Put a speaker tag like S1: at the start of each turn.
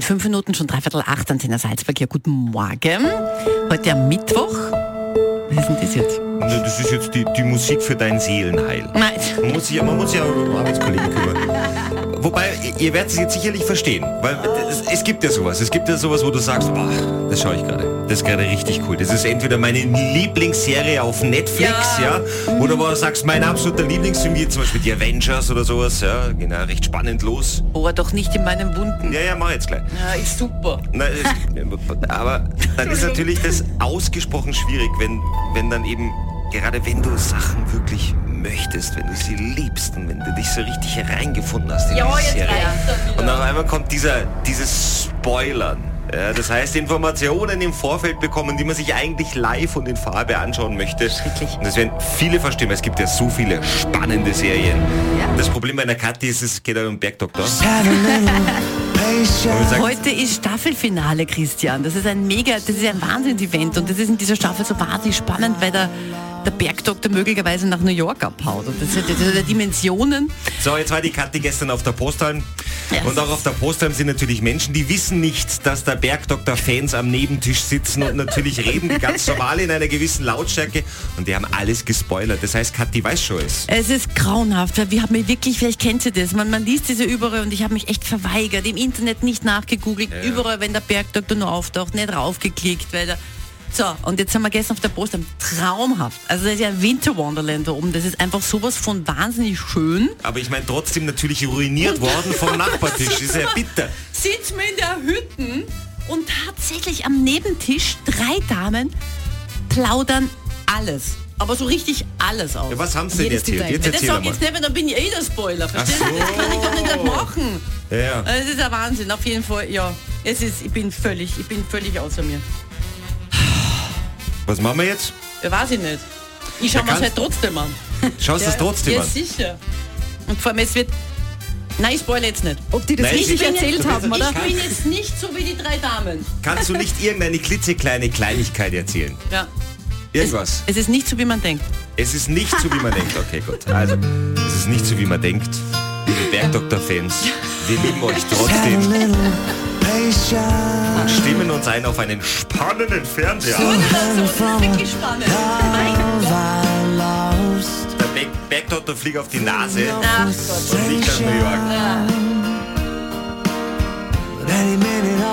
S1: fünf Minuten, schon dreiviertel acht, Antenne Salzburg. Ja, guten Morgen. Heute am Mittwoch. Was ist denn das jetzt?
S2: Na, Das ist jetzt die, die Musik für dein Seelenheil.
S1: Nein.
S2: Man muss sich, man muss sich auch um Arbeitskollegen kümmern. Wobei, ihr- ihr werdet es jetzt sicherlich verstehen, weil es, es gibt ja sowas. Es gibt ja sowas, wo du sagst, boah, das schaue ich gerade. Das ist gerade richtig cool. Das ist entweder meine Lieblingsserie auf Netflix, ja, oder wo du sagst, mein absoluter Lieblingsfilm, wie zum Beispiel die Avengers oder sowas, ja, genau, recht spannend los.
S1: Oh, doch nicht in meinen Wunden.
S2: Ja, ja, mach jetzt gleich.
S1: Ja, ist super.
S2: Na, es- aber dann ist natürlich das ausgesprochen schwierig, wenn, wenn dann eben, gerade wenn du Sachen wirklich möchtest, wenn du sie liebst und wenn du dich so richtig reingefunden hast in die Serie. Und auf einmal kommt dieser, dieses Spoilern. Ja, das heißt, Informationen im Vorfeld bekommen, die man sich eigentlich live und in Farbe anschauen möchte.
S1: Schrecklich.
S2: Und das werden viele verstehen, weil es gibt ja so viele spannende Serien. Das Problem bei einer Kathi ist, es geht ja um Bergdoktor. Und man sagt,
S1: Heute ist Staffelfinale, Christian. Das ist ein mega, das ist ein Wahnsinns-Event und das ist in dieser Staffel so wahnsinnig spannend, weil der, der Bergdoktor möglicherweise nach New York abhaut. Und das sind das sind ja Dimensionen.
S2: So, jetzt war die Kathi gestern auf der Postalm.
S1: Ja.
S2: Und auch auf der Postalm sind natürlich Menschen, die wissen nicht, dass da Bergdoktor-Fans am Nebentisch sitzen und natürlich reden die ganz normal in einer gewissen Lautstärke. Und die haben alles gespoilert. Das heißt, Kathi weiß schon es.
S1: Es ist grauenhaft, weil wir haben mir wirklich, vielleicht kennt ihr das, man, man liest diese überall und ich habe mich echt verweigert, im Internet nicht nachgegoogelt, überall, wenn der Bergdoktor nur auftaucht, nicht raufgeklickt, weil der... So, und jetzt haben wir gestern auf der Post, traumhaft. Also das ist ja ein Winter Wonderland da oben, das ist einfach sowas von wahnsinnig schön.
S2: Aber ich meine, trotzdem natürlich ruiniert worden vom Nachbartisch. Ist ja bitter.
S1: sitzen wir in der Hütten und tatsächlich am Nebentisch drei Damen plaudern alles. Aber so richtig alles aus.
S2: Ja, was haben sie denn
S1: Jedes
S2: erzählt?
S1: Detail.
S2: Jetzt
S1: Wenn
S2: erzähl
S1: das sag ich
S2: mal.
S1: jetzt nicht, weil dann bin ich eh der Spoiler. Verstehst
S2: Ach
S1: du? Das kann ich doch nicht machen.
S2: Ja, ja.
S1: Das Also, ist ein Wahnsinn, auf jeden Fall, ja. Es ist, ich bin völlig, ich bin völlig außer mir.
S2: Was machen wir jetzt?
S1: Ja, weiß ich nicht. Ich schau
S2: Ja,
S1: mir es
S2: kannst-
S1: halt trotzdem an.
S2: Schaust du es trotzdem
S1: ja,
S2: an?
S1: sicher. Und vor allem, es wird... Nein, ich spoilere jetzt nicht.
S3: Ob die das
S2: Nein,
S3: richtig
S2: ich-
S3: erzählt
S2: ich-
S3: haben, oder?
S1: Ich bin jetzt nicht so wie die drei Damen.
S2: Kannst du nicht irgendeine klitzekleine Kleinigkeit erzählen?
S1: Ja.
S2: Irgendwas.
S1: Es ist nicht so, wie man denkt.
S2: Es ist nicht so, wie man denkt. Okay, gut. Also, es ist nicht so, wie man denkt. Liebe Bergdoktor-Fans, wir lieben euch trotzdem. Und stimmen uns ein auf einen spannenden Fernseher.
S1: Oh,
S2: Der Back Bergdoktor fliegt auf die Nase und fliegt nach New York.